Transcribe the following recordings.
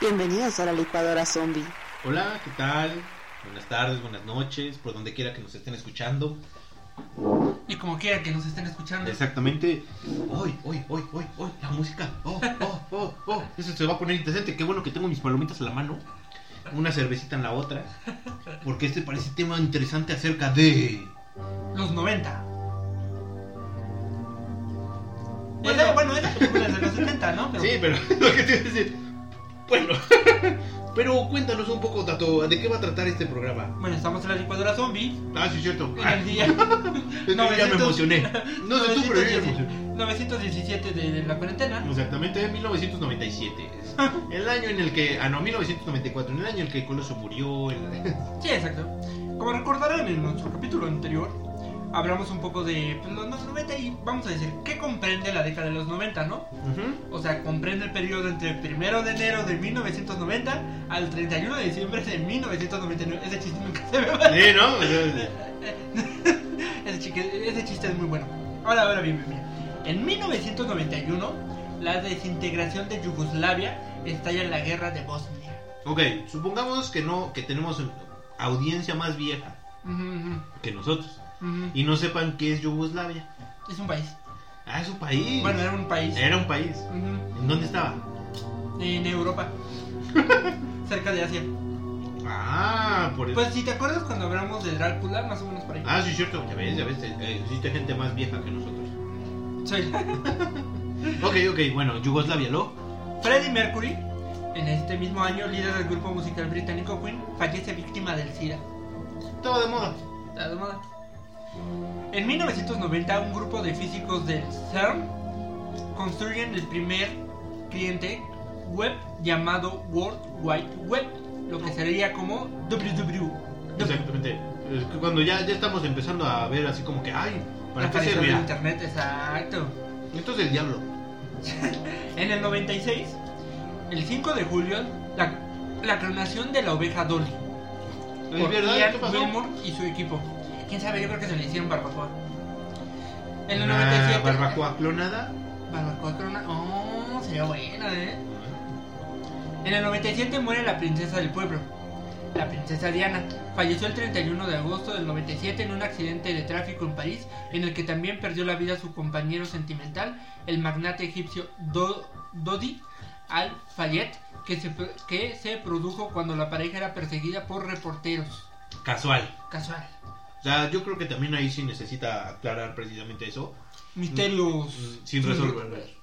Bienvenidos a la licuadora zombie. Hola, ¿qué tal? Buenas tardes, buenas noches, por donde quiera que nos estén escuchando. Y como quiera que nos estén escuchando. Exactamente. Hoy, hoy, hoy, hoy, hoy, la música. Oh, oh, oh, oh. Eso se va a poner interesante. Qué bueno que tengo mis palomitas a la mano. Una cervecita en la otra. Porque este parece tema interesante acerca de. Los 90. Bueno. Bueno, bueno, es la película de los 70, ¿no? Pero- Sí, pero lo que te iba a decir. Bueno. Pero cuéntanos un poco, Tato, ¿de qué va a tratar este programa? Bueno, estamos en la licuadora zombie. Ah, sí, es cierto. En Ah, el día es que yo ya me 900. emocioné. No sé tú, pero yo ya me emocioné. 917 de, de la cuarentena. Exactamente, 1997. Es El año en el que. Ah, no, 1994. En el año en el que Coloso murió. el- Sí, exacto. Como recordarán en nuestro capítulo anterior, hablamos un poco de pues, los 90 y vamos a decir qué comprende la década de los 90, ¿no? O sea, comprende el periodo entre el 1 de enero de 1990 al 31 de diciembre de 1999. Ese chiste nunca se me va. Sí, ¿no? O sea, ese, chique- ese chiste es muy bueno. Ahora, ahora bien, bien, bien. En 1991, la desintegración de Yugoslavia estalla en la guerra de Bosnia. ok, supongamos que no, que tenemos audiencia más vieja Ujú, ujú, que nosotros. ujú. Y no sepan qué es Yugoslavia. Es un país. Ah, es un país. Bueno, era un país. Era un país. Ujú. ¿En dónde estaba? En Europa. Cerca de Asia. Ah, por eso. Pues si te acuerdas cuando hablamos de Drácula, más o menos por ahí. Ah, sí, es cierto. Ya ves, ya ves. eh, Existe gente más vieja que nosotros. Soy- Ok, ok, bueno, Yugoslavia, ¿lo? Freddie Mercury, en este mismo año líder del grupo musical británico Queen, fallece víctima del SIDA. Estaba de moda. Está de moda. En 1990, un grupo de físicos del CERN construyen el primer cliente web llamado World Wide Web, lo que sería como WW. Exactamente. Es que cuando ya, ya estamos empezando a ver así como que, ay, ¿para qué Aparición del servirá? Internet, exacto. Esto es el diablo. En el 96, el 5 de julio, la, la clonación de la oveja Dolly. ¿Es por verdad? Ian ¿Qué pasó? Gilmour y su equipo. Quién sabe, yo creo que se le hicieron barbacoa. En el Una 97. barbacoa clonada. Barbacoa crona. Oh, sería buena, eh. En el 97 muere la princesa del pueblo. La princesa Diana falleció el 31 de agosto del 97 en un accidente de tráfico en París, en el que también perdió la vida su compañero sentimental, el magnate egipcio Do- Dodi Al-Fayed, que se, pro- que se produjo cuando la pareja era perseguida por reporteros. Casual. Casual. O sea, yo creo que también ahí sí necesita aclarar precisamente eso. mm, Misterios. Sin resolver. Con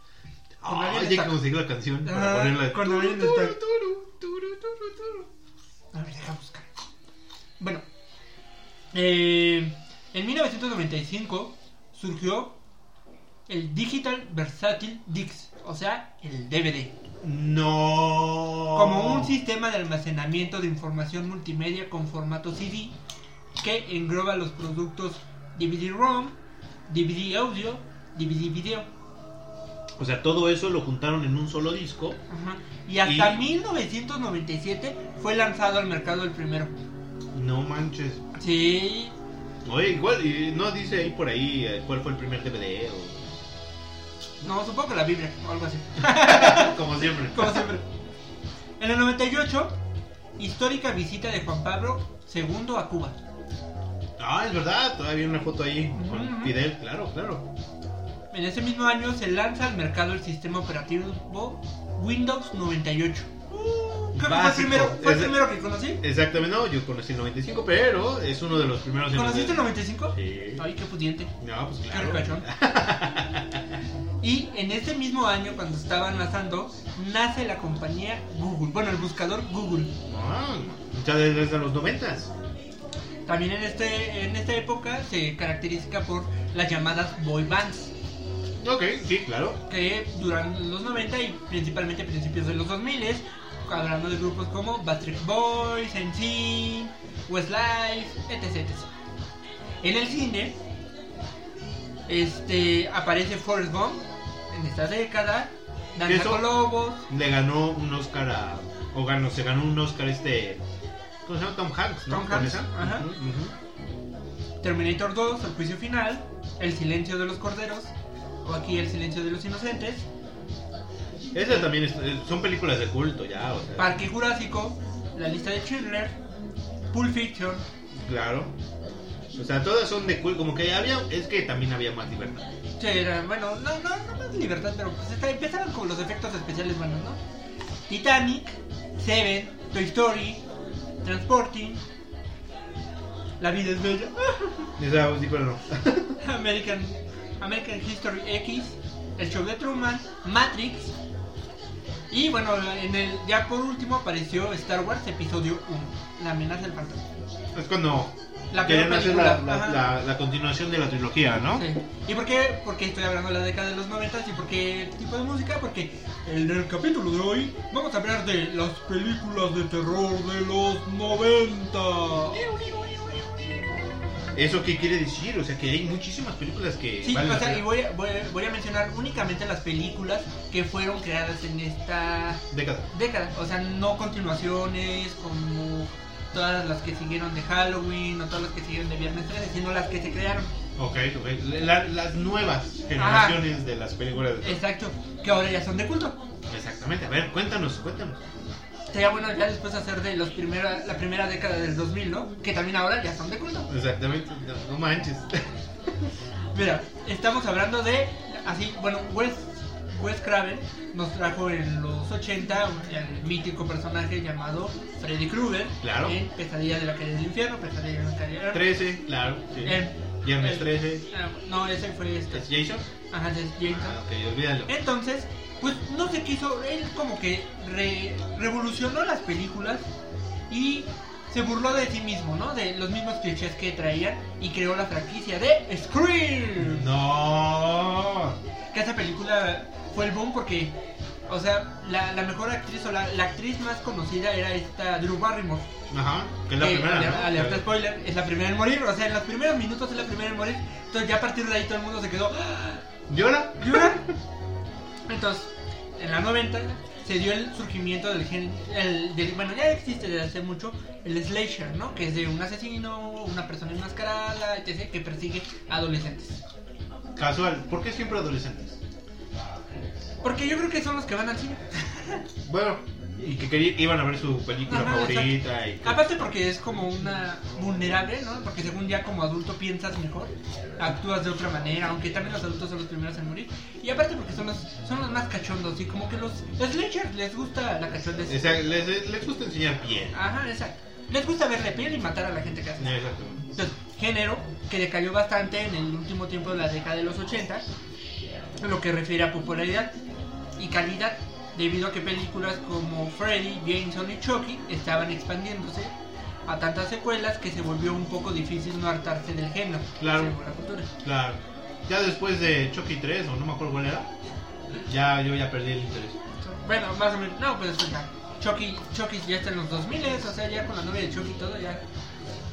Ah, Ariel hay que está- conseguir la canción para Ah, ponerla. con Ariel Turu, está- turu, turu, turu, turu. A ver, deja buscar. Bueno, eh, en 1995 surgió el Digital Versatile Dix, o sea, el DVD, No. como un sistema de almacenamiento de información multimedia con formato CD que engloba los productos DVD-ROM, DVD audio, DVD video. O sea, todo eso lo juntaron en un solo disco. Ajá. Y hasta Y- 1997 fue lanzado al mercado el primero. No manches. Sí, Oye, igual, y no dice ahí por ahí eh, cuál fue el primer DVD o. no, supongo que la Biblia o algo así. Como siempre. Como siempre. En el 98, histórica visita de Juan Pablo II a Cuba. Ah, es verdad, todavía hay una foto ahí Ujú, con ujú. Fidel, claro, claro. En ese mismo año se lanza al mercado el sistema operativo Windows 98. Uh, Creo que fue el Básico. primero, fue el Ese- primero que conocí. Exactamente, no, yo conocí el 95, pero es uno de los primeros en ¿Conociste el 95? Sí. Ay, qué pudiente. No, pues Qué claro. ricachón. Y en ese mismo año, cuando estaban lanzando, nace la compañía Google. Bueno, el buscador Google. Ah, ya desde, desde los 90. También en, este, en esta época se caracteriza por las llamadas boy bands. Ok, sí, claro. que duran los 90 y principalmente principios de los 2000 hablando de grupos como Backstreet Boys, NSYNC, Westlife, etc, etc. En el cine este aparece Forrest Gump en esta década, Danza Eso- con Lobos, Le ganó un Oscar a. O ganó, se ganó un Oscar este. ¿Cómo se llama? Tom Hanks, ¿no? Tom ¿Con Hanks, esa? ajá. Ujú, ujú. Terminator 2, El juicio final, El silencio de los corderos, o aquí El silencio de los inocentes, Esas también es- eh, son películas de culto ya, o sea. Parque Jurásico, La lista de Schindler, Pulp Fiction, Claro. O sea, todas son de culto. Como que había. Es que también había más libertad. Sí, era- bueno, no, no, no más libertad, pero pues está, empezaron con los efectos especiales buenos, ¿no? Titanic, Seven, Toy Story, Transporting, La vida es bella, Esa película no. American, American History X, El show de Truman, Matrix, y bueno, en el, ya por último apareció Star Wars Episodio 1, La amenaza del fantasma. Es cuando La peor querían hacer la, película, la- ajá. la- la continuación de la trilogía, ¿no? Sí. ¿Y por qué? Porque estoy hablando de la década de los 90 y por qué tipo de música? Porque en el capítulo de hoy vamos a hablar de las películas de terror de los 90. ¿Eso qué quiere decir? O sea, que hay muchísimas películas que. Sí, valen la o sea, pena. y voy a, voy, a- voy a mencionar únicamente las películas que fueron creadas en esta Década. década. O sea, no continuaciones como todas las que siguieron de Halloween o todas las que siguieron de Viernes 13, sino las que se crearon. Ok, ok. La- las nuevas generaciones de las películas. de- Exacto, que ahora ya son de culto. Exactamente. A ver, cuéntanos, cuéntanos. Sería bueno ya después hacer de los primera, la primera década del 2000, ¿no? Que también ahora ya son de culto. Exactamente. No, no manches. Mira, estamos hablando de, así, bueno, Wes, Wes Craven nos trajo en los 80 un- el mítico personaje llamado Freddy Krueger. Claro. En Pesadilla de la calle del infierno, Pesadilla de la calle del 13, claro. Sí. Eh, Viernes eh, 13. Ah, No, ese fue este. ¿Es Jason? Ajá, es Jason. Ah, ok, olvídalo. Entonces, pues no se quiso, él como que re- revolucionó las películas y se burló de sí mismo, ¿no? De los mismos clichés que traían y creó la franquicia de Scream. No. Que esa película fue el boom porque, o sea, la, la mejor actriz o la, la actriz más conocida era esta Drew Barrymore. Ajá, que es la Eh, primera. aler- ¿no? Alerta spoiler, es la primera en morir, o sea, en los primeros minutos es la primera en morir. Entonces ya a partir de ahí todo el mundo se quedó... "Ah, ¿Llora? ¿Llora? Entonces, en la 90 se dio el surgimiento del gen. El, del- bueno, ya existe desde hace mucho el slasher, ¿no? Que es de un asesino, una persona enmascarada, etc., que persigue adolescentes. Casual. ¿Por qué siempre adolescentes? Porque yo creo que son los que van al cine. Bueno, y que quería- iban a ver su película Ajá, favorita. Y Aparte, porque es como una vulnerable, ¿no? Porque según ya como adulto piensas mejor, actúas de otra manera, aunque también los adultos son los primeros en morir. Y aparte, porque son los, son los más cachondos, y como que los slashers les gusta la cachondez. O sea, les, les gusta enseñar piel. Ajá, exacto. Les gusta verle piel y matar a la gente que hace. Exacto. Entonces, género que decayó bastante en el último tiempo de la década de los 80, en lo que refiere a popularidad y calidad, debido a que películas como Freddy, Jameson y Chucky estaban expandiéndose a tantas secuelas que se volvió un poco difícil no hartarse del género, Claro. según la cultura. Claro. Ya después de Chucky 3, o no me acuerdo cuál era, ya yo ya perdí el interés. Bueno, más o menos, no, pues es verdad. Chucky, Chucky ya está en los 2000, o sea, ya con la novia de Chucky y todo, ya.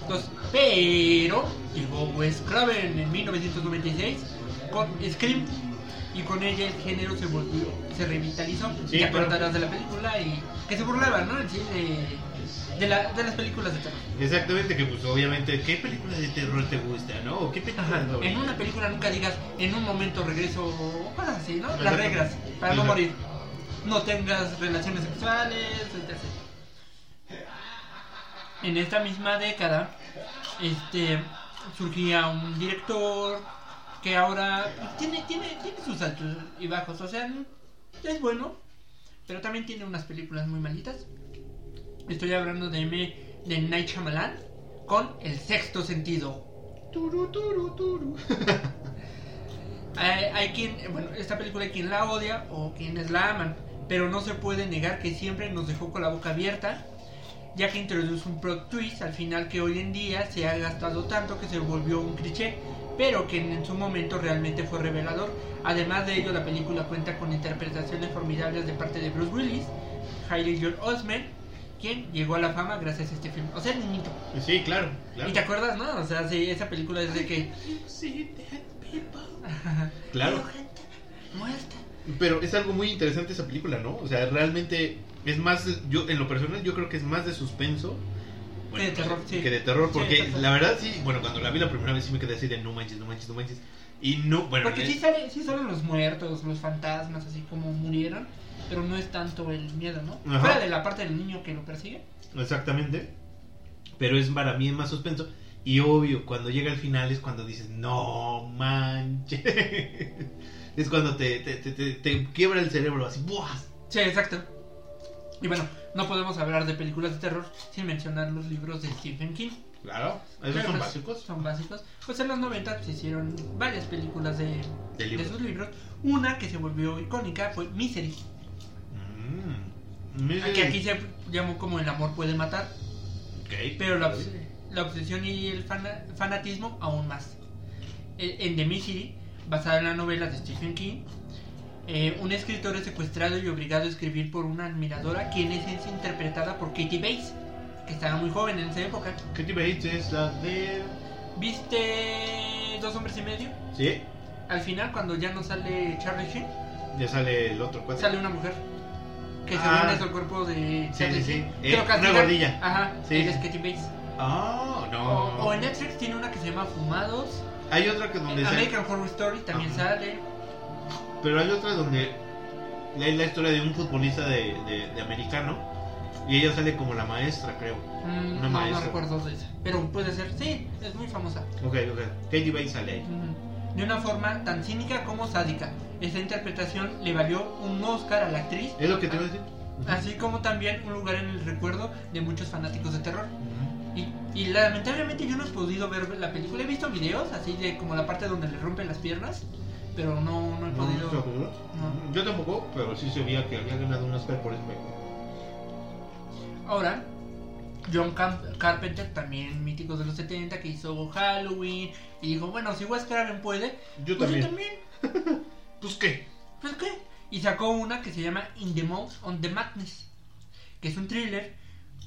Entonces, pero llegó Wes Craven en 1996 con Scream y con ella el género se volvió, se revitalizó. Sí, te claro. acordarás de la película y que se burlaban, ¿no? Sí, de, de, la- de las películas de terror. Exactamente, que pues obviamente, ¿qué película de terror te gusta, no? ¿O qué película En una película nunca digas en un momento regreso o cosas así, ¿no? Las reglas para no Ajá. morir. No tengas relaciones sexuales, etc. En esta misma década, este surgía un director que ahora pues, tiene, tiene, tiene sus altos y bajos. O sea, es bueno, pero también tiene unas películas muy malitas. Estoy hablando de M de Night Shyamalan con El Sexto Sentido. Turu, turu, turu. hay, hay quien, bueno, esta película hay quien la odia o quienes la aman, pero no se puede negar que siempre nos dejó con la boca abierta, ya que introduce un plot twist al final que hoy en día se ha gastado tanto que se volvió un cliché, pero que en su momento realmente fue revelador. Además de ello, la película cuenta con interpretaciones formidables de parte de Bruce Willis, Hailey Joel Osment, quien llegó a la fama gracias a este film. O sea, el niñito. Sí, claro, claro. ¿Y te acuerdas, no? O sea, sí, esa película es de que... Claro. gente muerta. Pero es algo muy interesante esa película, ¿no? O sea, realmente es más, yo en lo personal yo creo que es más de suspenso Bueno, de terror, sí. Que de terror, porque Sí, sí, sí. la verdad sí, bueno, cuando la vi la primera vez sí me quedé así de no manches, no manches, no manches. Y no, bueno, Porque le- sí, sale, sí salen los muertos, los fantasmas, así como murieron. Pero no es tanto el miedo, ¿no? Ajá. Fuera de la parte del niño que lo persigue. exactamente. Pero es para mí es más suspenso. Y obvio, cuando llega al final es cuando dices, no manches. es cuando te, te, te, te- te quiebra el cerebro así, ¡buah! Sí, exacto. Y bueno, no podemos hablar de películas de terror sin mencionar los libros de Stephen King. Claro, esos Pero, son pues, básicos. Son básicos. Pues en los 90 se hicieron varias películas de, De de libros. esos libros. Una que se volvió icónica fue Misery. Mm. Miren. Que aquí se llamó como El amor puede matar. Ok. Pero la, obs- la obsesión y el fana- fanatismo aún más. Eh, En The Misery, basada en la novela de Stephen King, eh, un escritor es secuestrado y obligado a escribir por una admiradora quien es, es interpretada por Katie Bates, que estaba muy joven en esa época. Katy Bates es la de... ¿Viste Dos hombres y medio? Sí, Al final, cuando ya no sale Charlie Sheen, ya sale el otro cuate. sale una mujer. Que Ah. según es el cuerpo de Sí, Charlie sí, sí. Sheen. Eh, Pero una castigan- gordilla. Ajá, Sí. ella es Katie Bates. Ah, O- no. o en Netflix tiene una que se llama Fumados. Hay otra que donde se- American Horror Story también Ajá. sale. Pero hay otra donde es la historia de un futbolista de, de- de americano y ella sale como la maestra, creo. Mm, Una no, no maestra. recuerdo de esa. Pero puede ser, sí, es muy famosa. Ok, ok. Katie Bates sale ahí. Mm, De una forma tan cínica como sádica. Esta interpretación le valió un Oscar a la actriz, Es lo que te iba a decir. así como también un lugar en el recuerdo de muchos fanáticos de terror. Ujú. Y, y lamentablemente yo no he podido ver la película. He visto videos así de como la parte donde le rompen las piernas, pero no, no he No, no podido. se me ocurrió. no. Yo tampoco, pero sí se veía que había ganado un Oscar por ese Pues juego. Ahora, John Camp- Carpenter, también mítico de los 70, que hizo Halloween, y dijo, bueno, si Wes Craven puede, Yo pues también. yo también, ¿Pues qué? pues qué. Y sacó una que se llama In the Mouse on the Madness, que es un thriller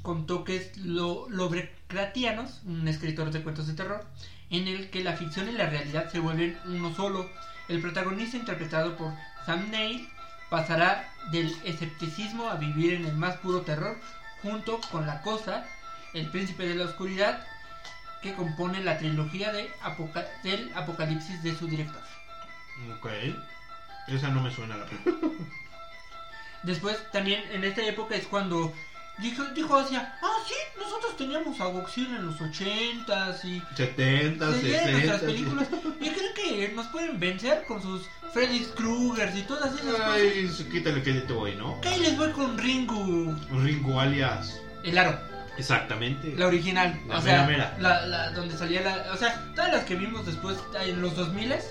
con toques lo lobrecratianos, un escritor de cuentos de terror, en el que la ficción y la realidad se vuelven uno solo. El protagonista, interpretado por Sam Neill, pasará del escepticismo a vivir en el más puro terror, junto con La Cosa, el príncipe de la oscuridad, que compone la trilogía de Apoca- del apocalipsis de su director. Ok. Esa no me suena la película. Después, también en esta época es cuando dijo, dijo hacia, ah, sí, nosotros teníamos a Godzilla en los 80s y 70, se dieron nuestras 60. películas. Y creen que nos pueden vencer con sus Freddy Krueger y todas esas cosas. Ay, quítale que te voy, ¿no? Que ahí les voy con Ringu. Ringo alias. El aro, Exactamente. la original. La o mera, sea, mera. La, la- donde salía la. O sea, todas las que vimos después en los 2000s.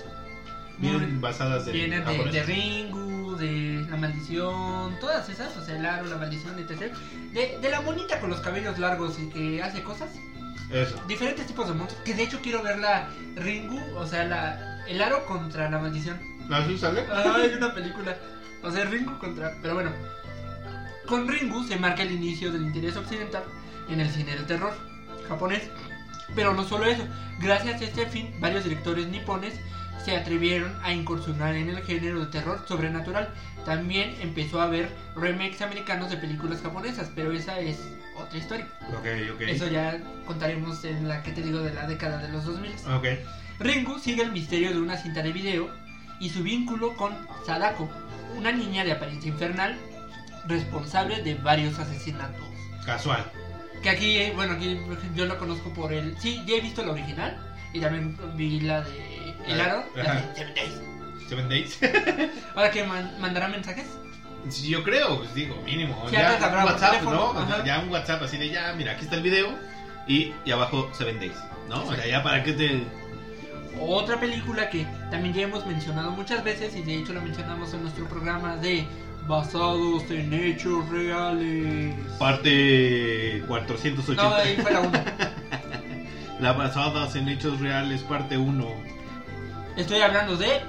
Vienen muy- basadas de. Vienen de, de japoneses. Ringu, de La Maldición, todas esas, o sea, el aro, La Maldición, etc. De, de la monita con los cabellos largos y que hace cosas. Eso. Diferentes tipos de monstruos, que de hecho quiero ver la Ringu, o sea, la, el aro contra La Maldición. ¿Así sale? Ay, Ah, una película. O sea, Ringu contra... Pero bueno. Con Ringu se marca el inicio del interés occidental en el cine del terror japonés. Pero no solo eso. Gracias a este fin, varios directores nipones se atrevieron a incursionar en el género de terror sobrenatural. También empezó a haber remakes americanos de películas japonesas, pero esa es otra historia. Ok, ok. Eso ya contaremos en la que te digo de la década de los 2000. Ok. Ringu sigue el misterio de una cinta de video y su vínculo con Sadako, una niña de apariencia infernal responsable de varios asesinatos. Casual. Que aquí, eh, bueno, aquí yo lo conozco por el... Sí, ya he visto la original y también vi la de El Aro. la de Ajá. Seven Days. ¿Seven Days? Ahora que man- mandará mensajes. Sí, yo creo, pues digo, mínimo. Sí, Ya antes habrá un un WhatsApp, teléfono, ¿no? O ajá. sea, Ya un WhatsApp así de ya, mira, aquí está el video y, y abajo Seven Days, ¿no? O sea, ya para qué te. Otra película que también ya hemos mencionado muchas veces y de hecho la mencionamos en nuestro programa de Basados en Hechos Reales. Parte No, 480. ahí fue la una. La basadas en hechos reales, parte 1. Estoy hablando de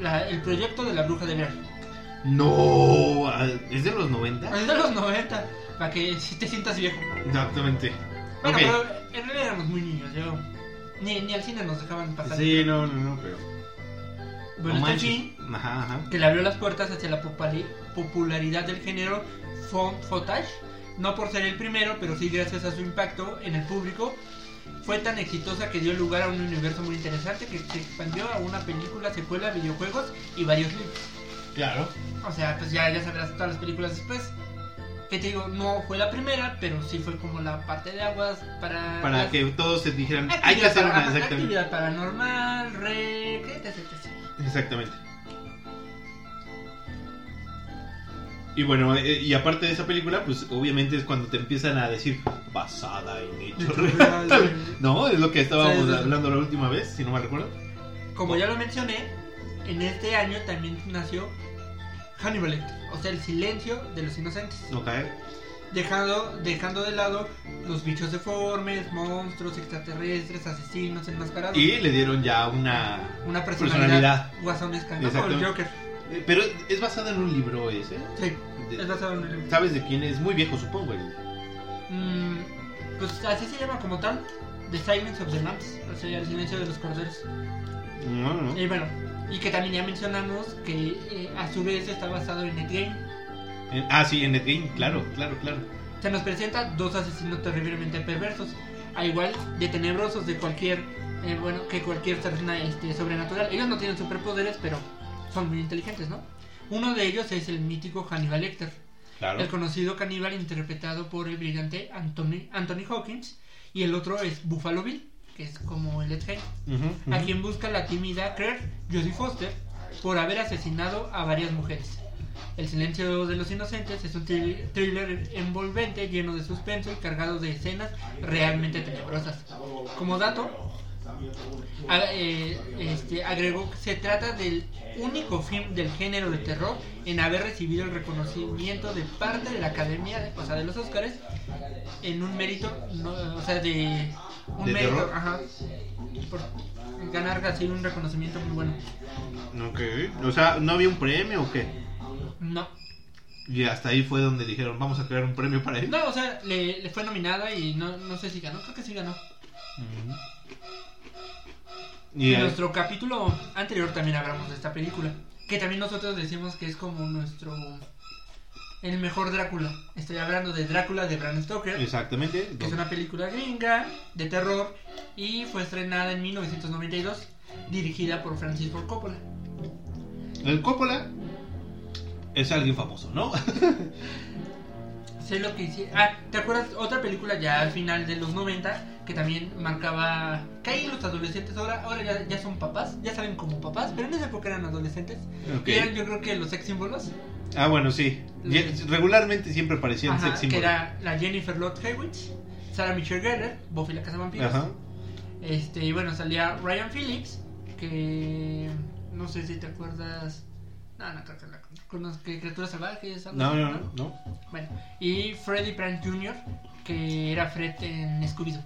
la- el proyecto de la bruja de Blair. No, ah, ¿es de los 90? Es de los 90, para que si te sientas viejo. Exactamente. Bueno, Ok. pero en realidad éramos muy niños, yo. Ni, ni al cine nos dejaban pasar. Sí, no, no, no, pero. Bueno, no este manches. film Ajá, ajá. que le abrió las puertas hacia la popali- popularidad del género font footage no por ser el primero, pero sí gracias a su impacto en el público, fue tan exitosa que dio lugar a un universo muy interesante que se expandió a una película, secuela, videojuegos y varios libros. Claro. O sea, pues ya, ya sabrás todas las películas después. Que te digo, no fue la primera, pero sí fue como la parte de aguas para... Para las- que todos se dijeran, actividad hay que hacer para- una, ajá, exactamente. Actividad paranormal, rec, etc, etc. Exactamente. Y bueno, eh, y aparte de esa película, pues obviamente es cuando te empiezan a decir basada en hechos reales. No, es lo que estábamos Sí, sí, sí. hablando la última vez, si no me recuerdo. Como ya lo mencioné, en este año también nació Hannibal Lecter, o sea, el silencio de los inocentes. No cae. Dejando, dejando de lado los bichos deformes, monstruos, extraterrestres, asesinos, enmascarados. Y le dieron ya una. una personalidad, personalidad. guasones guasón como el Exactamente. Joker. eh, Pero es basada en un libro ese. Sí, De- es basado en un libro. ¿Sabes de quién es? Muy viejo, supongo. el- Mm, pues así se llama como tal, The Silence of the Lambs, o sea, el silencio de los corderos. No, no, no. Y bueno, y que también ya mencionamos que eh, a su vez está basado en Endgame. En- ah, sí, en Endgame, claro, claro, claro. Se nos presenta dos asesinos terriblemente perversos, a igual de tenebrosos de cualquier, eh, bueno, que cualquier ser na- este, sobrenatural. Ellos no tienen superpoderes, pero son muy inteligentes, ¿no? Uno de ellos es el mítico Hannibal Lecter, Claro. el conocido caníbal interpretado por el brillante Anthony, Anthony Hawkins, y el otro es Buffalo Bill, que es como el Ed Gein, Ujú, ujú. a quien busca la tímida Claire Jodie Foster por haber asesinado a varias mujeres. El silencio de los inocentes es un thri- thriller envolvente, lleno de suspenso y cargado de escenas realmente tenebrosas. Como dato, a- eh, este, agregó que se trata del único film del género de terror en haber recibido el reconocimiento de parte de la Academia, de- o sea, de los Oscars, en un mérito, no, o sea, de un ¿De mérito, terror? ajá, por ganar así un reconocimiento muy bueno. Ok. O sea, ¿no había un premio o qué? No, Y hasta ahí fue donde dijeron, vamos a crear un premio para él. no, o sea, le, le fue nominada y no, no sé si ganó, creo que sí ganó. Ujú. Y En ahí- nuestro capítulo anterior también hablamos de esta película. Que también nosotros decimos que es como nuestro. El mejor Drácula. Estoy hablando de Drácula de Bram Stoker. Exactamente. Que es una película gringa de terror. Y fue estrenada en 1992. Dirigida por Francis Ford Coppola. El Coppola es alguien famoso, ¿no? Sé lo que hice. Ah, ¿te acuerdas? Otra película ya al final de los 90. Que también marcaba. Que ahí los adolescentes ahora, ahora ya, ya son papás. Ya saben como papás. Pero en esa época eran adolescentes. Ok. Y eran yo creo que los sex símbolos. Ah, bueno, sí. Ye- Regularmente siempre aparecían Ajá, sex que symbols. era la Jennifer Lott Hewitt, Sarah Michelle Gellar, Buffy la Casa Vampiros. Ajá. Este, y bueno, salía Ryan Phillips, que no sé si te acuerdas. No, no creo que la conozco. que Criaturas Salvajes. algo No, así, no, no, no. Bueno, y Freddy Brand Jr., que era Fred en Scooby-Doo.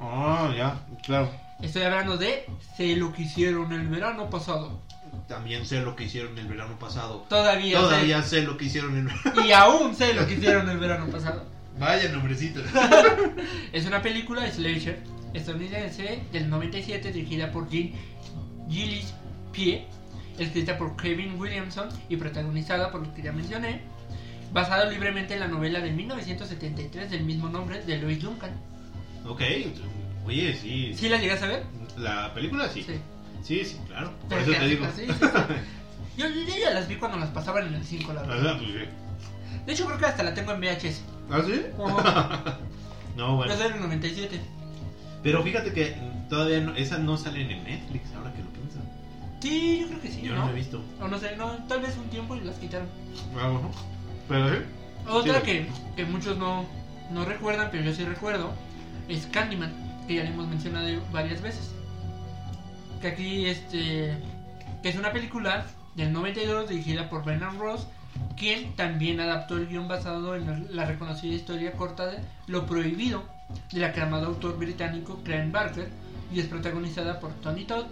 Ah, ya, claro. Estoy hablando de Se lo que hicieron el verano pasado. También sé lo que hicieron el verano pasado. Todavía. sé- Todavía sé lo que hicieron el Y aún sé lo que hicieron el verano pasado. Vaya nombrecito. Es una película de slasher estadounidense del 97 dirigida por Jim Gillespie, escrita por Kevin Williamson y protagonizada por lo que ya mencioné, basada libremente en la novela de 1973 del mismo nombre de Louis Duncan. ok. Oye, sí. ¿Sí la llegas a ver? La película sí. Sí. Sí, sí, claro. Por Pero eso que te así- digo. así, sí, sí. Yo, yo ya las vi cuando las pasaban en el 5, la verdad. Ajá, pues sí. De hecho, creo que hasta la tengo en VHS. ¿Ah, sí? No No, bueno. es del 97. Pero fíjate que todavía no, esas no salen en Netflix, ahora que lo pienso. Sí, yo creo que sí, Yo no, ¿no? he visto. O no sé, no, tal vez un tiempo y las quitaron. Ah, bueno. Pero sí. Otra Sí. que, que muchos no, no recuerdan, pero yo sí recuerdo, es Candyman, que ya le hemos mencionado varias veces. Que aquí, este, que es una película del 92 dirigida por Bernard Ross, quien también adaptó el guión basado en la reconocida historia corta de Lo Prohibido, del aclamado autor británico Craig Barker, y es protagonizada por Tony Todd,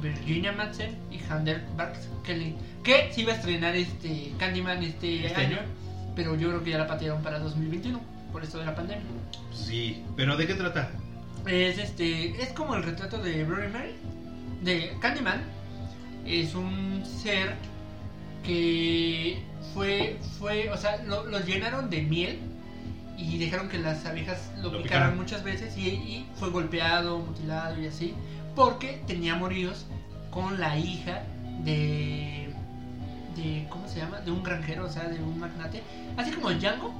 Virginia Madsen y Hunter Barks Kelly, que se iba a estrenar este Candyman este, Este año, año. pero yo creo que ya la patearon para 2021 por esto de la pandemia. Pues, Sí. ¿Pero de qué trata? Es este, es como el retrato de Bloody Mary, de Candyman. Es un ser que fue, fue, o sea, lo, lo llenaron de miel y dejaron que las abejas lo, Lo picaran, picaran. muchas veces y, y fue golpeado, mutilado y así, porque tenía moríos con la hija de, de ¿cómo se llama? De un granjero, o sea, de un magnate, así como Django,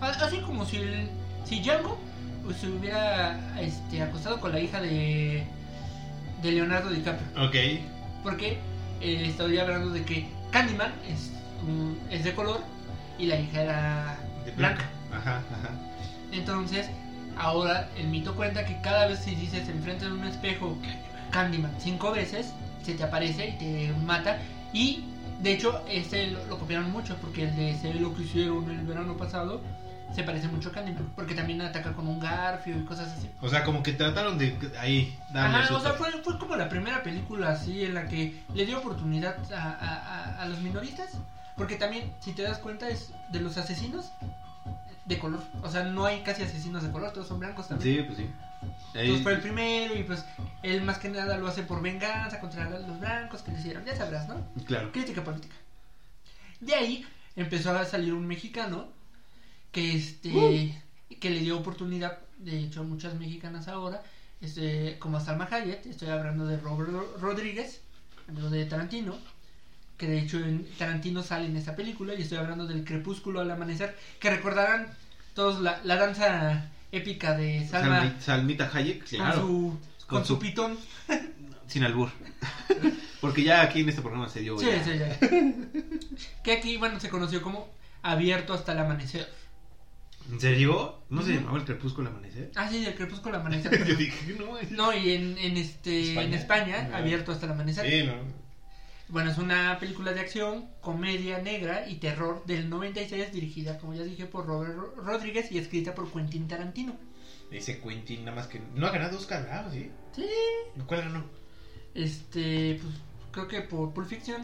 a- así como si el- si Django pues, se hubiera este, acostado con la hija de de Leonardo DiCaprio. Ok. Porque eh, estaría hablando de que Candyman es, un- es de color y la hija era De blanca. Ajá, ajá. Entonces, ahora el mito cuenta que cada vez si dices enfrente de un espejo Candyman cinco veces, se te aparece y te mata. Y de hecho, este lo, lo copiaron mucho porque el de Se ve lo que hicieron el verano pasado se parece mucho a Candyman. Porque también ataca con un garfio y cosas así. O sea, como que trataron de ahí darle Ajá, su o sea, toque. fue, fue como la primera película así en la que le dio oportunidad a, a- a- a los minoristas. Porque también, si te das cuenta, es de los asesinos de color. O sea, no hay casi asesinos de color, todos son blancos también. Sí, pues sí. Entonces Ahí- fue el primero y pues él más que nada lo hace por venganza contra los blancos que le hicieron. Ya sabrás, ¿no? Claro. Crítica política. De ahí empezó a salir un mexicano que este que le dio oportunidad, de hecho muchas mexicanas ahora, este, como a Salma Hayek, estoy hablando de Robert Rodríguez, amigo de Tarantino, que de hecho en Tarantino sale en esta película y estoy hablando del crepúsculo al amanecer, que recordarán todos la, la danza épica de Salma Salmi- Salmita Hayek, claro. con su con, Con su, su- pitón. Sin albur. Porque ya aquí en este programa se dio. Sí, ya. sí, ya. que aquí, bueno, se conoció como abierto hasta el amanecer. ¿En serio? ¿No se Ujú. llamaba el crepúsculo al amanecer? Ah, sí, el crepúsculo al amanecer. Yo perdón. dije, no, es... No, y en, en este en España. España, Ah. abierto hasta el amanecer. Sí, no. Bueno, es una película de acción, comedia negra y terror del 96 dirigida, como ya dije, por Robert Ro- Rodríguez y escrita por Quentin Tarantino. Dice Quentin, nada más que. No ha ganado Oscar, ¿verdad? ¿Sí? Sí. ¿Cuál ganó? Este, pues creo que por Pulp Fiction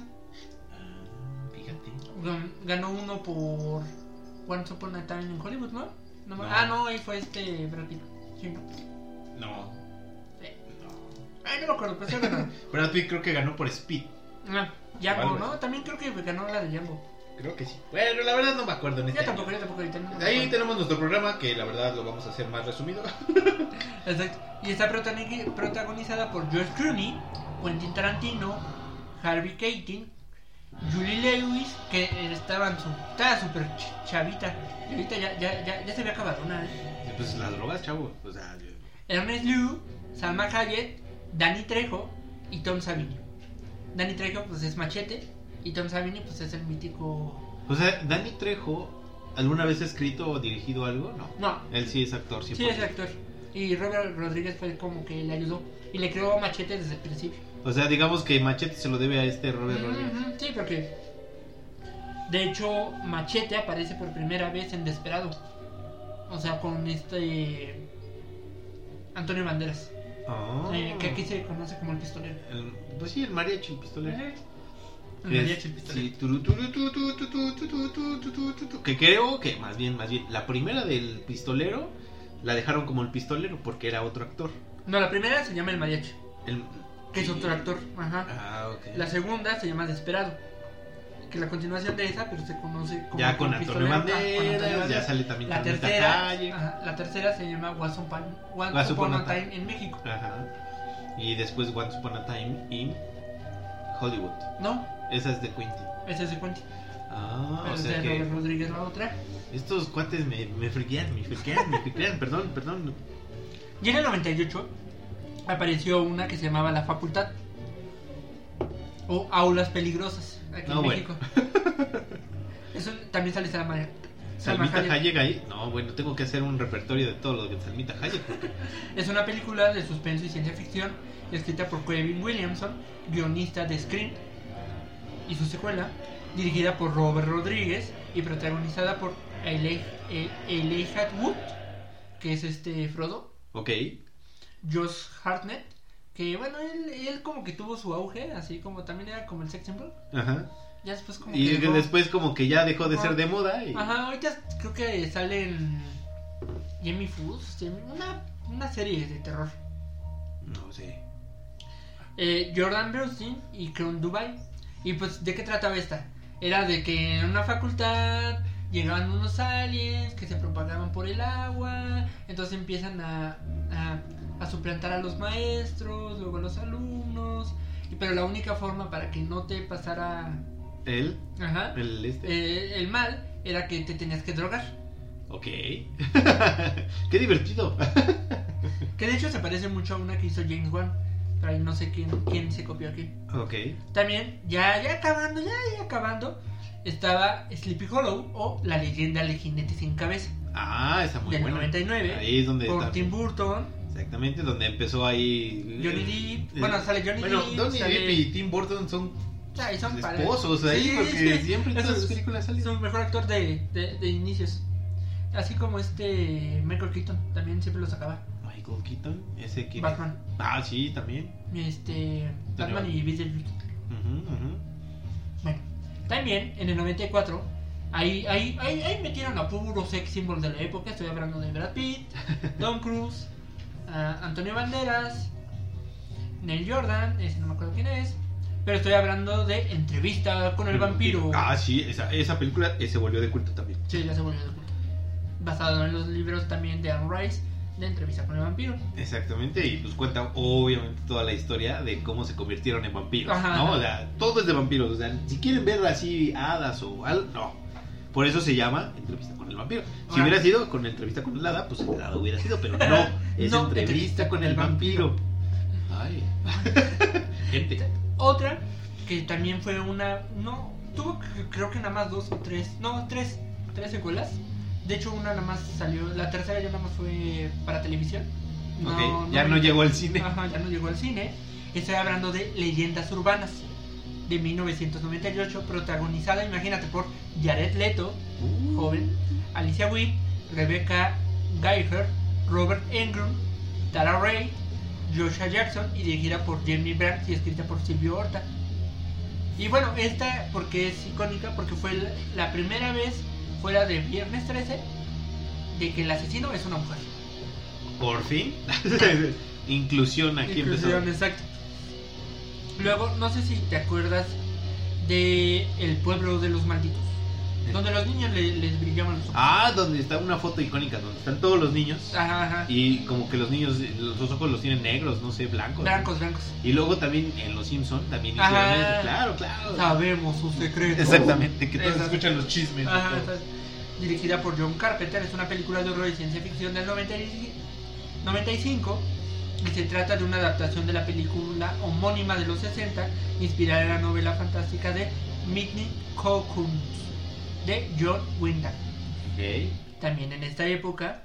Ah, fíjate. gan- ganó uno por Once Upon a Time en Hollywood, ¿no? No me- No. Ah, no, ahí fue este Brad Pitt. Sí, no. No. Eh. No. Ay, no me acuerdo, pero sí ganó. Brad Pitt creo que ganó por Speed. Ah, Django, Vale. ¿no? También creo que ganó la de Django. Creo que sí. Bueno, la verdad no me acuerdo en este. Yo tampoco, año. yo tampoco. ahorita no me Ahí acuerdo. tenemos nuestro programa que la verdad lo vamos a hacer más resumido. Exacto. Y está protagoni- protagonizada por George Clooney, Quentin Tarantino, Harvey Keitin, Julie Lewis, que estaban su, estaba súper ch- chavita. Y ahorita ya, ya, ya, ya se había acabado una. ¿eh? Pues las drogas, chavo. O sea, yo- Ernest Liu, Salma Hayek, Danny Trejo y Tom Savini. Danny Trejo pues es machete y Tom Savini pues es el mítico... O sea, Dani Trejo, ¿alguna vez ha escrito o dirigido algo? No. No, Él sí es actor, sí. sí es actor. Y Robert Rodríguez fue como que le ayudó y le creó a machete desde el principio. O sea, digamos que Machete se lo debe a este Robert Rodríguez. Ujú, Sí, porque. De hecho, Machete aparece por primera vez en Desperado. O sea, con este. Antonio Banderas. Oh. eh, que aquí se conoce como el pistolero. El- pues sí, el mariachi, el pistolero. El Es- mariachi, el pistolero. sí, turu, turu, tu, tu, tu, tu, tu, tu, tu, tu, tu, tu, tu, Que creo que, más bien, más bien, la primera del pistolero la dejaron como el pistolero porque era otro actor. No, la primera se llama El Mariachi, El- que es sí. otro actor. Ajá. Ah, ok. La segunda se llama Desperado. Que la continuación de esa, pero se conoce como. ya con el Antonio pistolero, ah, con Antonio Banderas, ya Banderas. sale también La Carlita tercera, Calle. ajá, la tercera se llama Once Upon- Once Once Upon Upon a a Time. Time en México. Ajá. Y después Once Upon a Time in Hollywood. No, Esa es de Quentin. ese se cuenta. Ah, o Pero sea de que Robert Rodríguez la otra. estos cuates me, me friquean, me friquean, me friquean. Perdón, perdón. Y en el 98 apareció una que se llamaba La Facultad o Aulas Peligrosas aquí Ah, en bueno. México. Eso también sale Salma, Salma Salmita Hayek. Hayek ahí. No, bueno, tengo que hacer un repertorio de todo lo de Salmita Hayek. porque- Es una película de suspenso y ciencia ficción escrita por Kevin Williamson, guionista de Scream y su secuela, dirigida por Robert Rodríguez y protagonizada por Elei Elei Wood, que es este Frodo. Ok. Josh Hartnett, que bueno, él, él como que tuvo su auge, así como también era como el sex symbol. Ajá. Ya después como Y que dejó- después como que ya dejó de ser de moda. Y... Ajá, ahorita creo que salen Jamie Foxx, Jamie- una, una serie de terror. No sé. Eh, Jordan Bernstein y Crown Dubai. Y pues, ¿de qué trataba esta? Era de que en una facultad llegaban unos aliens que se propagaban por el agua, entonces empiezan a, a, a suplantar a los maestros, luego a los alumnos, y- pero la única forma para que no te pasara Él, ajá, el este. eh, el mal era que te tenías que drogar. Ok. Qué divertido. Que de hecho se parece mucho a una que hizo James Wan, pero ahí no sé quién, quién se copió aquí. Ok. También, ya, ya acabando, ya, ya acabando, estaba Sleepy Hollow o La leyenda del jinete sin cabeza, Ah, está muy del buena. 99, Ahí es donde por está. Tim Burton, Exactamente, donde empezó ahí. eh, Johnny Depp, bueno, sale Johnny Bueno, Depp, Johnny sale- Depp y Tim Burton son Ah, y son padres. esposos ahí, Sí, porque sí, siempre en esos- todas las películas salen. Es el mejor actor de, de, de inicios. Así como este Michael Keaton, también siempre lo sacaba. Michael Keaton, ese que. Batman. Ah, sí, también. Este, Batman Batman. y Beetlejuice. Ujú, ujú. Bueno, también en el 94, ahí, ahí, ahí, ahí metieron a puro sex symbol de la época. Estoy hablando de Brad Pitt, Tom Cruise, ah, Antonio Banderas, Neil Jordan, ese no me acuerdo quién es. Pero estoy hablando de Entrevista con el vampiro. Ah, sí, esa, esa película eh, se volvió de culto también. Sí, ya se volvió de culto. Basado en los libros también de Anne Rice, de Entrevista con el vampiro. Exactamente, y pues cuenta obviamente toda la historia de cómo se convirtieron en vampiros. Ajá. ¿no? O sea, todo es de vampiros. O sea, si quieren ver así hadas o algo, no. Por eso se llama entrevista con el vampiro. Si Ah. hubiera sido con entrevista con el hada, pues el hada hubiera sido, pero no. Es No, entrevista con el vampiro. Ay. Gente. Otra que también fue una. No, tuvo c- creo que nada más dos o tres. No, tres. Tres secuelas. De hecho, una nada más salió. La tercera ya nada más fue para televisión. Ok, ya no llegó al cine. Ajá, ya no llegó al cine. Estoy hablando de Leyendas Urbanas de 1998, protagonizada, imagínate, por Jared Leto, Uh. joven, Alicia Witt, Rebecca Geiger, Robert Engram, Tara Ray, Joshua Jackson y dirigida por Jeremy Brandt y escrita por Silvio Horta. Y bueno, esta porque es icónica porque fue la- la primera vez fuera de Viernes 13 de que el asesino es una mujer. Por fin. Inclusión aquí Inclusión, empezó. exacto. Luego, no sé si te acuerdas de El pueblo de los malditos, donde los niños le- les brillaban los ojos. Ah, donde está una foto icónica, donde están todos los niños. Ajá, ajá. Ah, Y como que los niños, eh, los ojos los tienen negros, no sé, blancos. Blancos, blancos. Y luego también en Los Simpson también Ajá. hicieron eso. Claro, claro. Sabemos sus secretos. Exactamente, que todos Exacto. escuchan los chismes. y Ajá, todo. está- dirigida por John Carpenter, es una película de horror y ciencia ficción del 90 y- 95 y se trata de una adaptación de la película homónima de los 60, inspirada en la novela fantástica de Midnight Cocoons de John Wyndham. Ok. También en esta época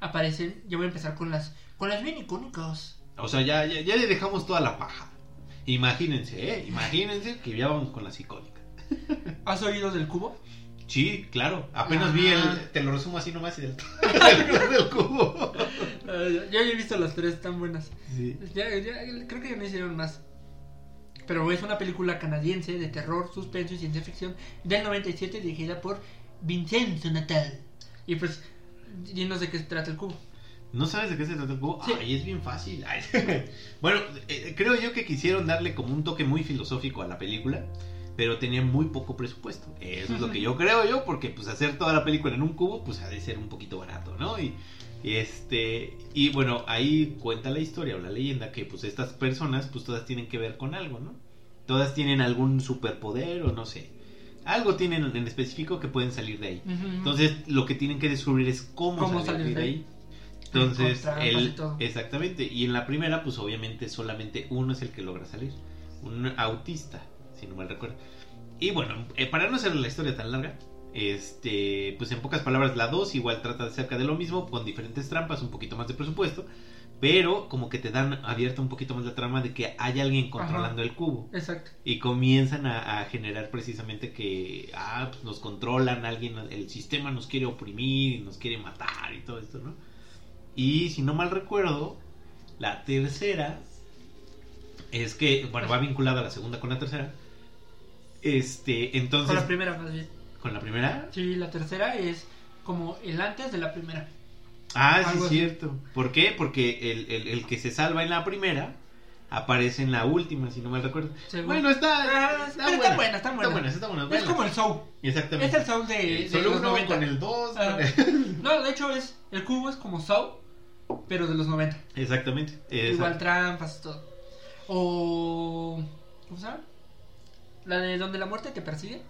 aparecen, yo voy a empezar con las con las bien icónicas. O sea, ya, ya, ya le dejamos toda la paja. Imagínense, ¿eh? Imagínense que ya vamos con las icónicas. ¿Has oído del cubo? Sí, claro. Apenas vi Ah. el. Te lo resumo así nomás y del, del, del cubo. yo Eh, ya he visto las tres tan buenas. Sí. Ya, ya, creo que ya no hicieron más. Pero es una película canadiense de terror, suspenso y ciencia ficción del 97 dirigida por Vincenzo Natal. Y pues, dinos de qué se trata el cubo. ¿No sabes de qué se trata el cubo? Sí. Ay, es bien fácil. Ay. bueno, eh, creo yo que quisieron darle como un toque muy filosófico a la película, pero tenían muy poco presupuesto. Eso es lo que yo creo yo, porque pues hacer toda la película en un cubo, pues ha de ser un poquito barato, ¿no? Y, y, este, y bueno, ahí cuenta la historia o la leyenda que pues estas personas, pues todas tienen que ver con algo, ¿no? Todas tienen algún superpoder o no sé. Algo tienen en específico que pueden salir de ahí. Entonces, lo que tienen que descubrir es cómo, Cómo salir, de salir de ahí. Entonces, Con trampas el- y todo. exactamente. Y en la primera, pues obviamente solamente uno es el que logra salir. Un autista, si no mal recuerdo. Y bueno, eh, para no hacer la historia tan larga, este, pues en pocas palabras, la 2 igual trata acerca de lo mismo, con diferentes trampas, un poquito más de presupuesto, pero como que te dan abierta un poquito más la trama de que hay alguien controlando el cubo. Exacto. Y comienzan a, a generar precisamente que ah, pues nos controlan, alguien, el sistema nos quiere oprimir, nos quiere matar y todo esto, ¿no? Y si no mal recuerdo, la tercera es que, bueno, va vinculada la segunda con la tercera. Este, entonces, Con la primera más bien. ¿con la primera? Sí, la tercera es como el antes de la primera. Ah, sí, Algo es así. cierto. ¿Por qué? Porque el, el- el que se salva en la primera aparece en la última, si no mal recuerdo. Según- Bueno, está, Ah, está, buena. pero está buena, está buena. está buena. Es como el show. Exactamente. Es el show Eh, de, de Solo los uno 90. con el 2. Ah. No, de hecho es. El cubo es como show, pero de los 90. Exactamente. Esa- Igual trampas y todo. O. ¿Cómo se llama? La de donde la muerte te persigue.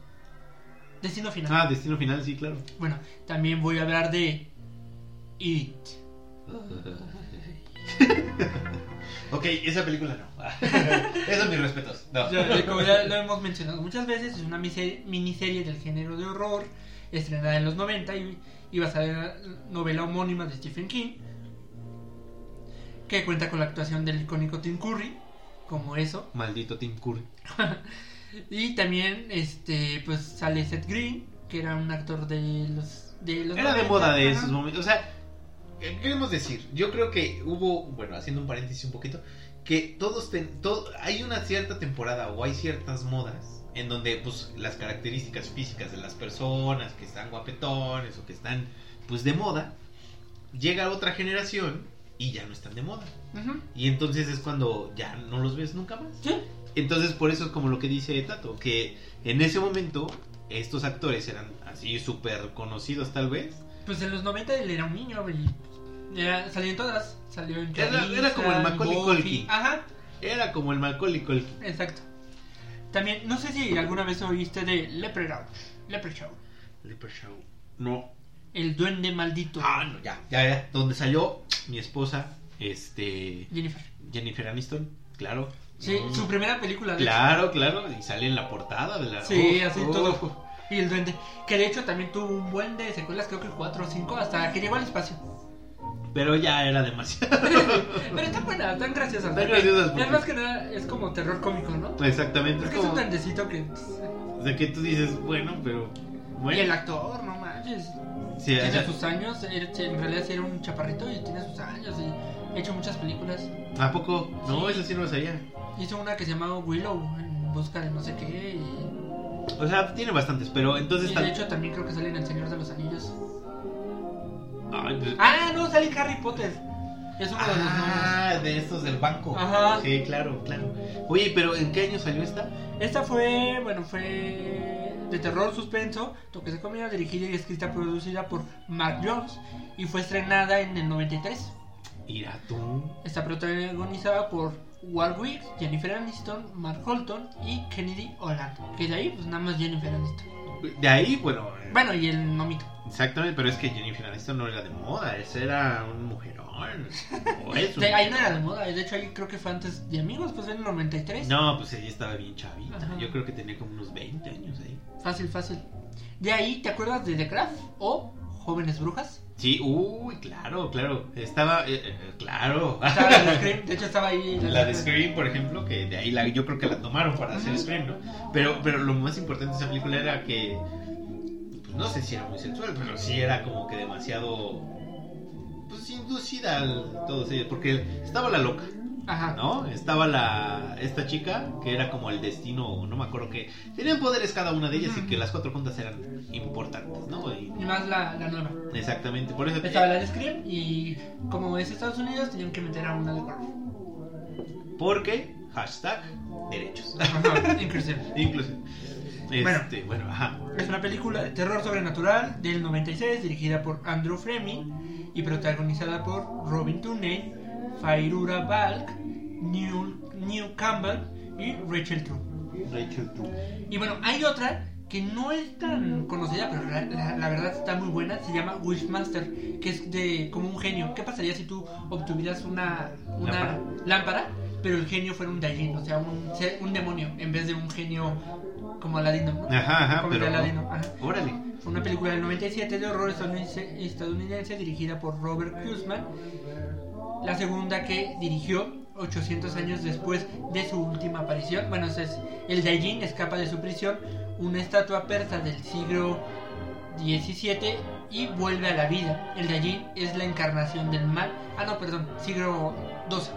Destino final. Ah, Destino Final, sí, claro. Bueno, también voy a hablar de. It. ok, esa película no. Esos mis respetos. No. Ya, ya, como ya lo hemos mencionado muchas veces, es una mise- miniserie del género de horror, estrenada en los 90 y, y basada en la novela homónima de Stephen King, que cuenta con la actuación del icónico Tim Curry, como eso, Maldito Tim Curry. y también este pues sale Seth Green, que era un actor de los de los Era de 90, moda de ajá. esos momentos. O sea, ¿qué queremos decir? Yo creo que hubo, bueno, haciendo un paréntesis un poquito, que todos, ten- todo, hay una cierta temporada o hay ciertas modas en donde pues las características físicas de las personas que están guapetones o que están pues de moda, llega otra generación y ya no están de moda. Ujú. Y entonces es cuando ya no los ves nunca más. Sí. Entonces por eso es como lo que dice Tato, que en ese momento estos actores eran así súper conocidos tal vez. Pues en los 90 él era un niño y era, salió en todas, salió en Era- era Clarissa, como el en Macaulay Buffy, Culkin. Ajá. Era como el Macaulay Culkin. Exacto. También, no sé si alguna vez oíste de Leprechaun, Leprechaun, Leprechaun. No. el duende maldito, Ah, no, ya, ya, ya. Donde salió mi esposa, este, Jennifer. Jennifer Aniston, claro. Sí, Mm. su primera película. De Claro, claro, y sale en la portada de la... hecho. Sí, Uf, así uf. todo. Y el duende, que de hecho también tuvo un buen de secuelas, creo que cuatro o cinco, hasta que llegó al espacio. Pero ya era demasiado. Pero están buenas, están graciosas. Están graciosas, Es porque- más que nada, es como terror cómico, ¿no? Exactamente. Es Es que es un como, duendecito que... o sea, que tú dices, bueno, pero... Y Bueno, el actor, no manches. Sí, Tiene ya- sus años, él- en realidad sí era un chaparrito y tiene sus años y ha hecho muchas películas. ¿A poco? No, Sí. eso sí no lo sabía. Hizo una que se llamaba Willow en busca de no sé qué. Y, O sea, tiene bastantes, pero entonces... y tan- de hecho también creo que sale en El Señor de los Anillos. Ay, pues- Ah, no, sale en Harry Potter. Es uno de los nonos. Ah, de estos del banco. Ajá. Sí, claro, claro. Oye, pero ¿en qué año salió esta? Esta fue, bueno, fue de terror suspenso, toque de comida, dirigida y escrita, producida por Mark Jones y fue estrenada en el 93. Mira tú. Está protagonizada por Warwick, Jennifer Aniston, Mark Holton y Kennedy Holland. Que de ahí, pues nada más Jennifer Aniston. De ahí, bueno. eh, Bueno, y el nomito. Exactamente, pero es que Jennifer Aniston no era de moda, esa era un mujerón. O es un De- ahí no era de mujerón. moda, de hecho ahí creo que fue antes de amigos, pues en el 93. No, pues ella estaba bien chavita. Ajá. Yo creo que tenía como unos 20 años ahí. Fácil, fácil. De ahí, ¿te acuerdas de The Craft o Jóvenes Brujas? Sí, uy, claro, claro. Estaba, eh, eh, claro. Estaba la de Scream, de hecho estaba ahí. La de Scream, por ejemplo, que de ahí la, yo creo que la tomaron para hacer Scream, ¿no? Pero, pero lo más importante de esa película era que, pues, no sé si era muy sensual, pero sí era como que demasiado, pues inducida al todo ellos, porque estaba la loca, Ajá. ¿no? Estaba la, esta chica, que era como el destino, no me acuerdo que, tenían poderes cada una de ellas y que las cuatro juntas eran importantes, ¿no? Y- Y más la, la nueva. exactamente, por eso... Estaba la de Scream y como es Estados Unidos, tenían que meter a una de Craft. Porque, hashtag, derechos, Ajá, inclusive. inclusive. Bueno. Este, bueno, ajá. Es una película de terror sobrenatural del 96, dirigida por Andrew Fleming y protagonizada por Robin Tunney, Fairura Balk, New, New Campbell y Rachel True. Rachel True. Y bueno, hay otra que no es tan conocida, pero la, la- la verdad está muy buena. Se llama Wishmaster, que es de como un genio. ¿Qué pasaría si tú obtuvieras una, una Lámpara. lámpara. pero el genio fuera un Dajin, o sea, un, ser- un demonio, en vez de un genio como Aladino? ¿no? Ajá, ajá, Como pero de no. Aladino, ajá. Órale. Fue una película del 97 de horror estadounidense, estadounidense dirigida por Robert Kuzman. La segunda que dirigió 800 años después de su última aparición. Bueno, ese es el Dajin escapa de su prisión, una estatua persa del siglo XVII y vuelve a la vida. El Dajin es la encarnación del mal. Ah, no, perdón, siglo XII.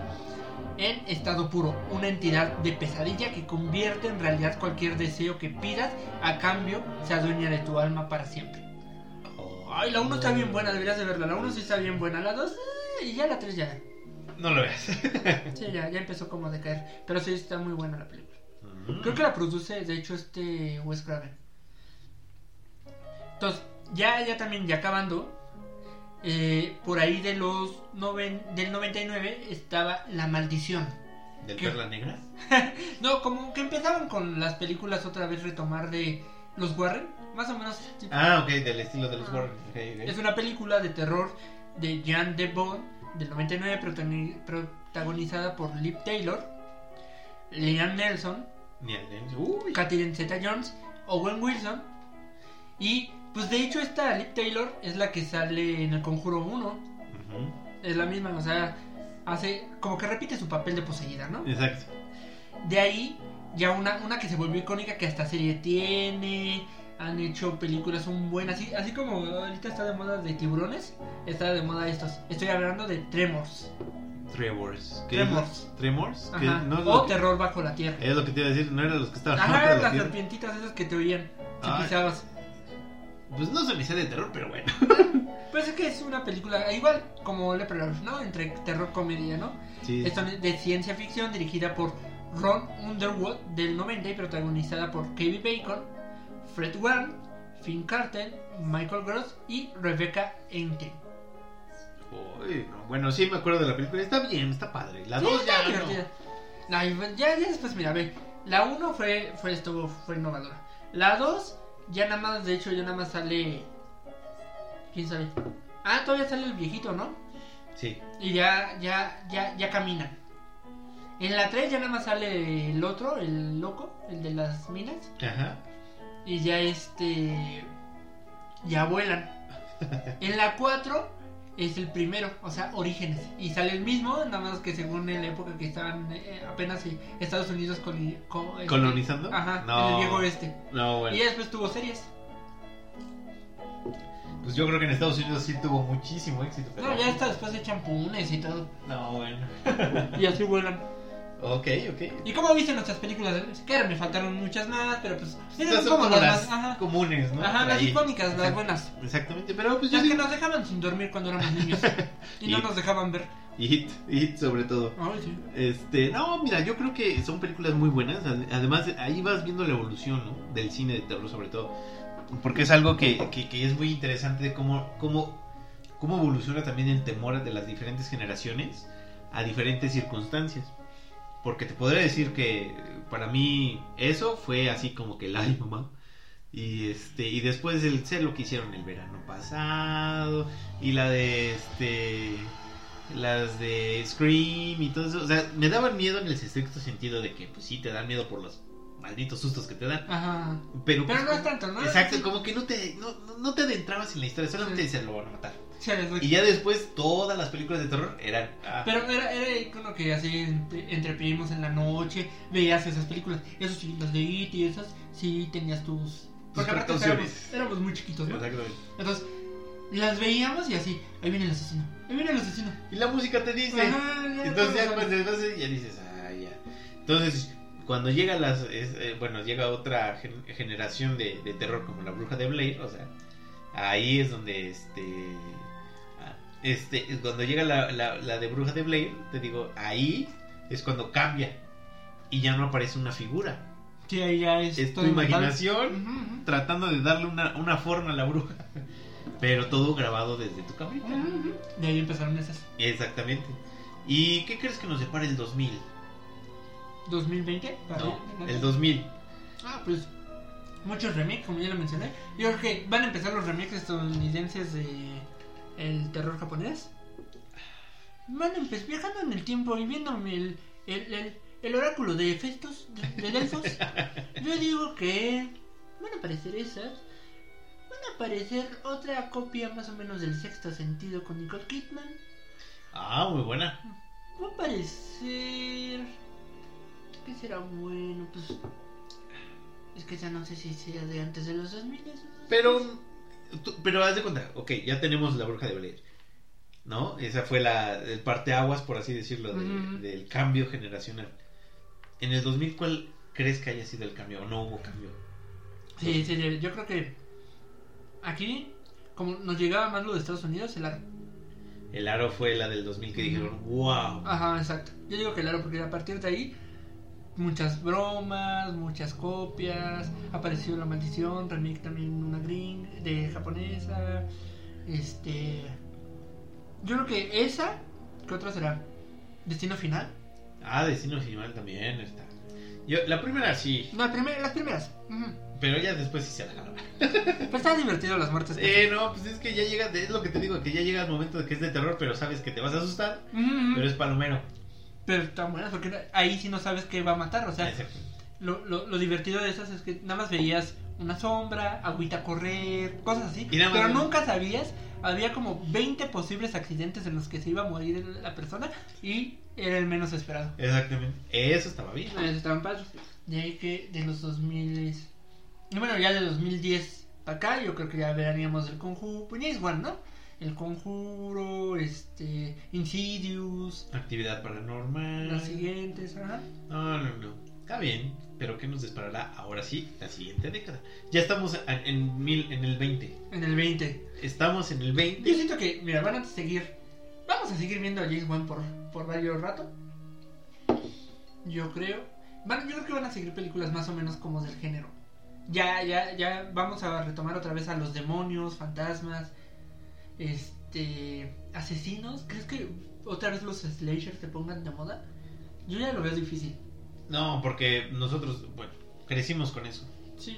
En estado puro, una entidad de pesadilla que convierte en realidad cualquier deseo que pidas a cambio, se adueña de tu alma para siempre. Ay, la 1 está bien buena, deberías de verla. La 1 sí está bien buena. La 2, y eh, ya la 3 ya. No lo veas. Sí, ya, ya empezó como a decaer. Pero sí está muy buena la película. Mm. Creo que la produce, de hecho, este Wes Craven. Entonces, ya, ya también, ya acabando. eh, por ahí de los noven- del 99 estaba La Maldición. ¿Del ¿Qué? Perla Negra? No, como que empezaban con las películas otra vez retomar de los Warren, más o menos. tipo, Ah, ok, del estilo de los Warren. ok, ok. Es una película de terror de Jan DeBond del 99 protagoni- protagonizada por Liv Taylor, Liam Nelson, Ni al Lens. Uy. Catherine Zeta-Jones, Owen Wilson y pues de hecho esta Liv Taylor es la que sale en El Conjuro 1, Ujú, es la misma, o sea, hace como que repite su papel de poseída, ¿no? Exacto. De ahí ya una, una que se volvió icónica que hasta serie tiene. Han hecho películas un buen así, así como ahorita está de moda de tiburones, está de moda estos. Estoy hablando de Tremors. Tremors. ¿Qué Tremors. es? Tremors. Que Ajá. no es, o lo que, Terror bajo la tierra. es lo que te iba a decir, no era de los que estaban. Ajá, bajo la las tierra? serpientitas esas que te oían, si Ay. pisabas. Pues no se me sale de terror, pero bueno. Pues es que es una película igual como Leprechaun, ¿no? Entre terror comedia, ¿no? Sí. Esta es de ciencia ficción dirigida por Ron Underwood del 90 y protagonizada por Kevin Bacon, Fred Warren, Finn Carter, Michael Gross y Rebecca Enke. Uy, no, Bueno, sí me acuerdo de la película. Está bien, está padre. La Sí, dos está ya. Ah, no. divertida. La- ya, ya después, mira, ve. La 1 fue, fue, estuvo, fue innovadora. La 2, ya nada más, de hecho, ya nada más sale. ¿Quién sabe? Ah, todavía sale el viejito, ¿no? Sí. Y ya, ya, ya, ya caminan. En la 3 ya nada más sale el otro, el loco, el de las minas. Ajá. Y ya este. Ya vuelan. En la 4 es el primero, o sea, Orígenes. Y sale el mismo, nada más que según en la época que estaban eh, apenas eh, Estados Unidos coli- co- este, ¿Colonizando? Ajá, No. en el viejo oeste. No, bueno. Y ya después tuvo series. Pues yo creo que en Estados Unidos sí tuvo muchísimo éxito. Pero... No, ya hasta después de champunes y todo. No, bueno. Y así vuelan. Ok, ok. ¿Y cómo viste nuestras películas? Claro, me faltaron muchas más, pero pues eran Estas son como como las más, ajá, comunes, ¿no? Ajá, Por las ahí. icónicas, las Exact- buenas. Exactamente, pero pues yo Las que digo... nos dejaban sin dormir cuando éramos niños y no Y- nos dejaban ver. Y Hit, y Hit sobre todo. Ay, sí. Este, no, mira, yo creo que son películas muy buenas. ad- Además, ahí vas viendo la evolución ¿no? del cine de terror, sobre todo. Porque es algo que, que- que es muy interesante de cómo, cómo, cómo evoluciona también el temor de las diferentes generaciones a diferentes circunstancias. Porque te podría decir que eh, para mí eso fue así como que el ay, mamá. Y, este, y después el sé lo que hicieron el verano pasado. Y la de este las de Scream y todo eso. O sea, me daban miedo en el estricto sentido de que, pues sí, te dan miedo por los malditos sustos que te dan. Ajá. Pero, pues, Ah. Pero no es como- tanto, ¿no? Exacto, Sí, como que no te, no, no- no te adentrabas en la historia, solamente Sí. decías lo van a matar. sí, les doy. Y ya después todas las películas de terror eran. ah, Pero era, era icono que así entre, entre primos en la noche veías esas películas. Esos sí, las de IT y esas, sí tenías tus. Porque aparte éramos, precauciones. éramos muy chiquitos, ¿no? Exactamente. Entonces, las veíamos y así, ahí viene el asesino, ahí viene el asesino. Y la música te dice. Ajá, ya Entonces ya, todos pues, saben. entonces ya dices, ah, ya. Entonces, cuando llega las, es- eh, bueno, llega otra gen- generación de, de terror como la bruja de Blair, o sea, ahí es donde este, ah, este, cuando llega la, la, la de bruja de Blair, te digo, ahí es cuando cambia y ya no aparece una figura, Sí, ahí ya es. es tu todo mental. imaginación Ujú, tratando de darle una, una forma a la bruja, pero todo grabado desde tu cabeza. ujú, ujú. Y ahí empezaron esas. Exactamente. ¿Y qué crees que nos depara el 2000? 2020, para No, ver, el 2000. Ah, pues muchos remakes, como ya lo mencioné. Yo creo que van a empezar los remakes estadounidenses de el terror japonés. Van a empezar viajando en el tiempo y viéndome el, el, el, el oráculo de Festos, de, de Delfos. Yo digo que van a aparecer esas. Van a aparecer otra copia más o menos del sexto sentido con Nicole Kidman. Ah, muy buena. Va a parecer. ¿Qué será bueno? Pues. Es que ya no sé si sea de antes de los 2000. ¿no? Pero, tú- pero haz de cuenta, ok, ya tenemos la bruja de Blair, ¿no? Esa fue la, el parteaguas, por así decirlo, de- Ujú. del cambio generacional. En el 2000, ¿cuál crees que haya sido el cambio? ¿O no hubo cambio? Sí, sí, sí, yo creo que. Aquí, como nos llegaba más lo de Estados Unidos, el ar- El aro fue la del 2000 que dijeron, wow. Ajá, exacto. Yo digo que claro, porque a partir de ahí, muchas bromas, muchas copias. Apareció La Maldición, remake también una green de japonesa. Este. Yo creo que esa, ¿qué otra será? Destino final. Ah, Destino Final también está. Yo, la primera sí, No, la primer- las primeras. Ujú. pero ya después sí se alarga. Pero estaban divertidas las muertes. Eh, no, pues es que ya llega, es lo que te digo, que ya llega el momento de que es de terror, pero sabes que te vas a asustar, Ujú, ujú. pero es palomero. Pero están buenas porque ahí sí no sabes qué va a matar. O sea, Exacto. lo, lo, lo divertido de esas es que nada más veías una sombra, agüita correr, cosas así. Y nada más pero ves- nunca sabías, había como 20 posibles accidentes en los que se iba a morir la persona y era el menos esperado. Exactamente. Eso estaba bien. Ah, eso estaban padres. De ahí que de los 2000... es- no, Bueno, ya de 2010 para acá, yo creo que ya veríamos el conjuro. Pues ya es igual, ¿no? El conjuro, este, Insidious, Actividad las paranormal. siguientes, ajá. No, no, no. Está bien, pero ¿qué nos disparará ahora sí la siguiente década? Ya estamos a- en, mil, en el 20. En el 20. Estamos en el 20. Yo siento que, mira, van a seguir. Vamos a seguir viendo a James Wan por, por varios rato. Yo creo. Van, yo creo que van a seguir películas más o menos como del género. Ya, ya, ya vamos a retomar otra vez a los demonios, fantasmas, este. asesinos. ¿Crees que otra vez los slashers se pongan de moda? Yo ya lo veo difícil. No, porque nosotros, bueno, crecimos con eso. Sí.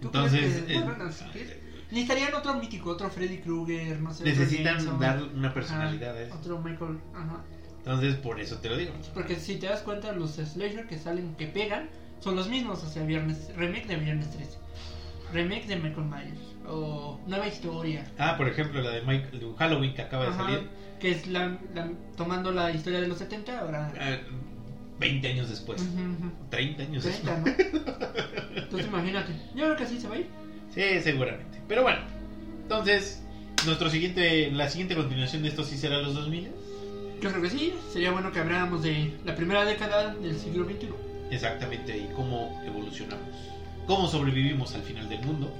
Entonces, eh, van a seguir? Necesitarían otro mítico, otro Freddy Krueger, no sé. otro necesitan Jameson, dar una ajá, personalidad a eso. Otro Michael, ajá. Entonces, por eso te lo digo. Porque si te das cuenta, los slasher que salen, que pegan, son los mismos. O sea, viernes, remake de Viernes 13, remake de Michael Myers, o Nueva Historia. Ah, por ejemplo, la de Michael, de Halloween que acaba de Ajá, salir Que es la, la- tomando la historia de los 70, ahora. eh, 20 años después. Ujú, ujú. 30 años 30, después. ¿no? Entonces imagínate. Yo creo que así se va a ir. Sí, seguramente. Pero bueno, entonces, nuestro siguiente, la siguiente continuación de esto sí será los 2000. Yo creo que sí. Sería bueno que habláramos de la primera década del siglo XXI. Exactamente, y cómo evolucionamos. Cómo sobrevivimos al final del mundo.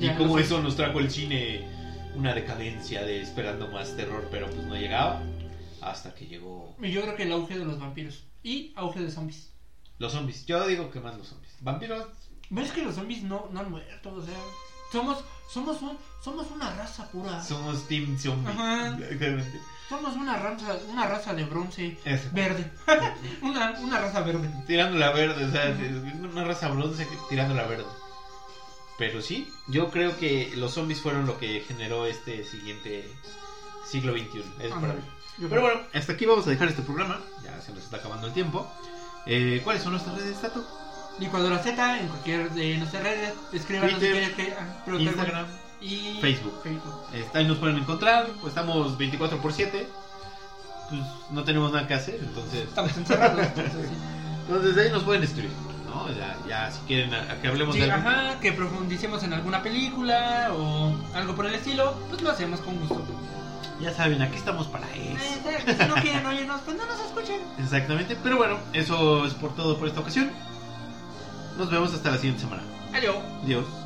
Y Ya, cómo no sé. eso nos trajo el cine una decadencia de esperando más terror, pero pues no llegaba. Hasta que llegó Y Yo creo que el auge de los vampiros y auge de zombies. los zombies. Yo digo que más los zombies. Vampiros, ¿Ves que los zombies no, no han muerto? O sea, somos, somos, un- somos una raza pura. somos Team Zombie. Ajá. Exactamente. Somos una raza, una raza de bronce Eso. verde. una, una raza verde. Tirando la verde, o sea, es una raza bronce que- tirando la verde. Pero sí, yo creo que los zombies fueron lo que generó este siguiente siglo XXI. Es por Ándale. ahí. Ah, Yo Pero creo. bueno, hasta aquí vamos a dejar este programa. Ya se nos está acabando el tiempo. Eh, ¿Cuáles son nuestras redes, Tato? Licuadora Z en cualquier de nuestras redes. Escríbanos si Twitter, quieres que. ah, pero Instagram. tengo- Y Facebook. Facebook. Está- ahí nos pueden encontrar. pues estamos 24 por 7. Pues no tenemos nada que hacer, entonces... Estamos encerrados. entonces, sí. Entonces ahí nos pueden escribir, ¿no? Ya, ya si quieren a, a que hablemos Sí, de... algo. ajá, que profundicemos en alguna película o algo por el estilo, pues lo hacemos con gusto. Ya saben, aquí estamos para Eh, eso. si no quieren oírnos, pues no nos escuchen. Exactamente, pero bueno, eso es por todo por esta ocasión. Nos vemos hasta la siguiente semana. Adiós. Adiós.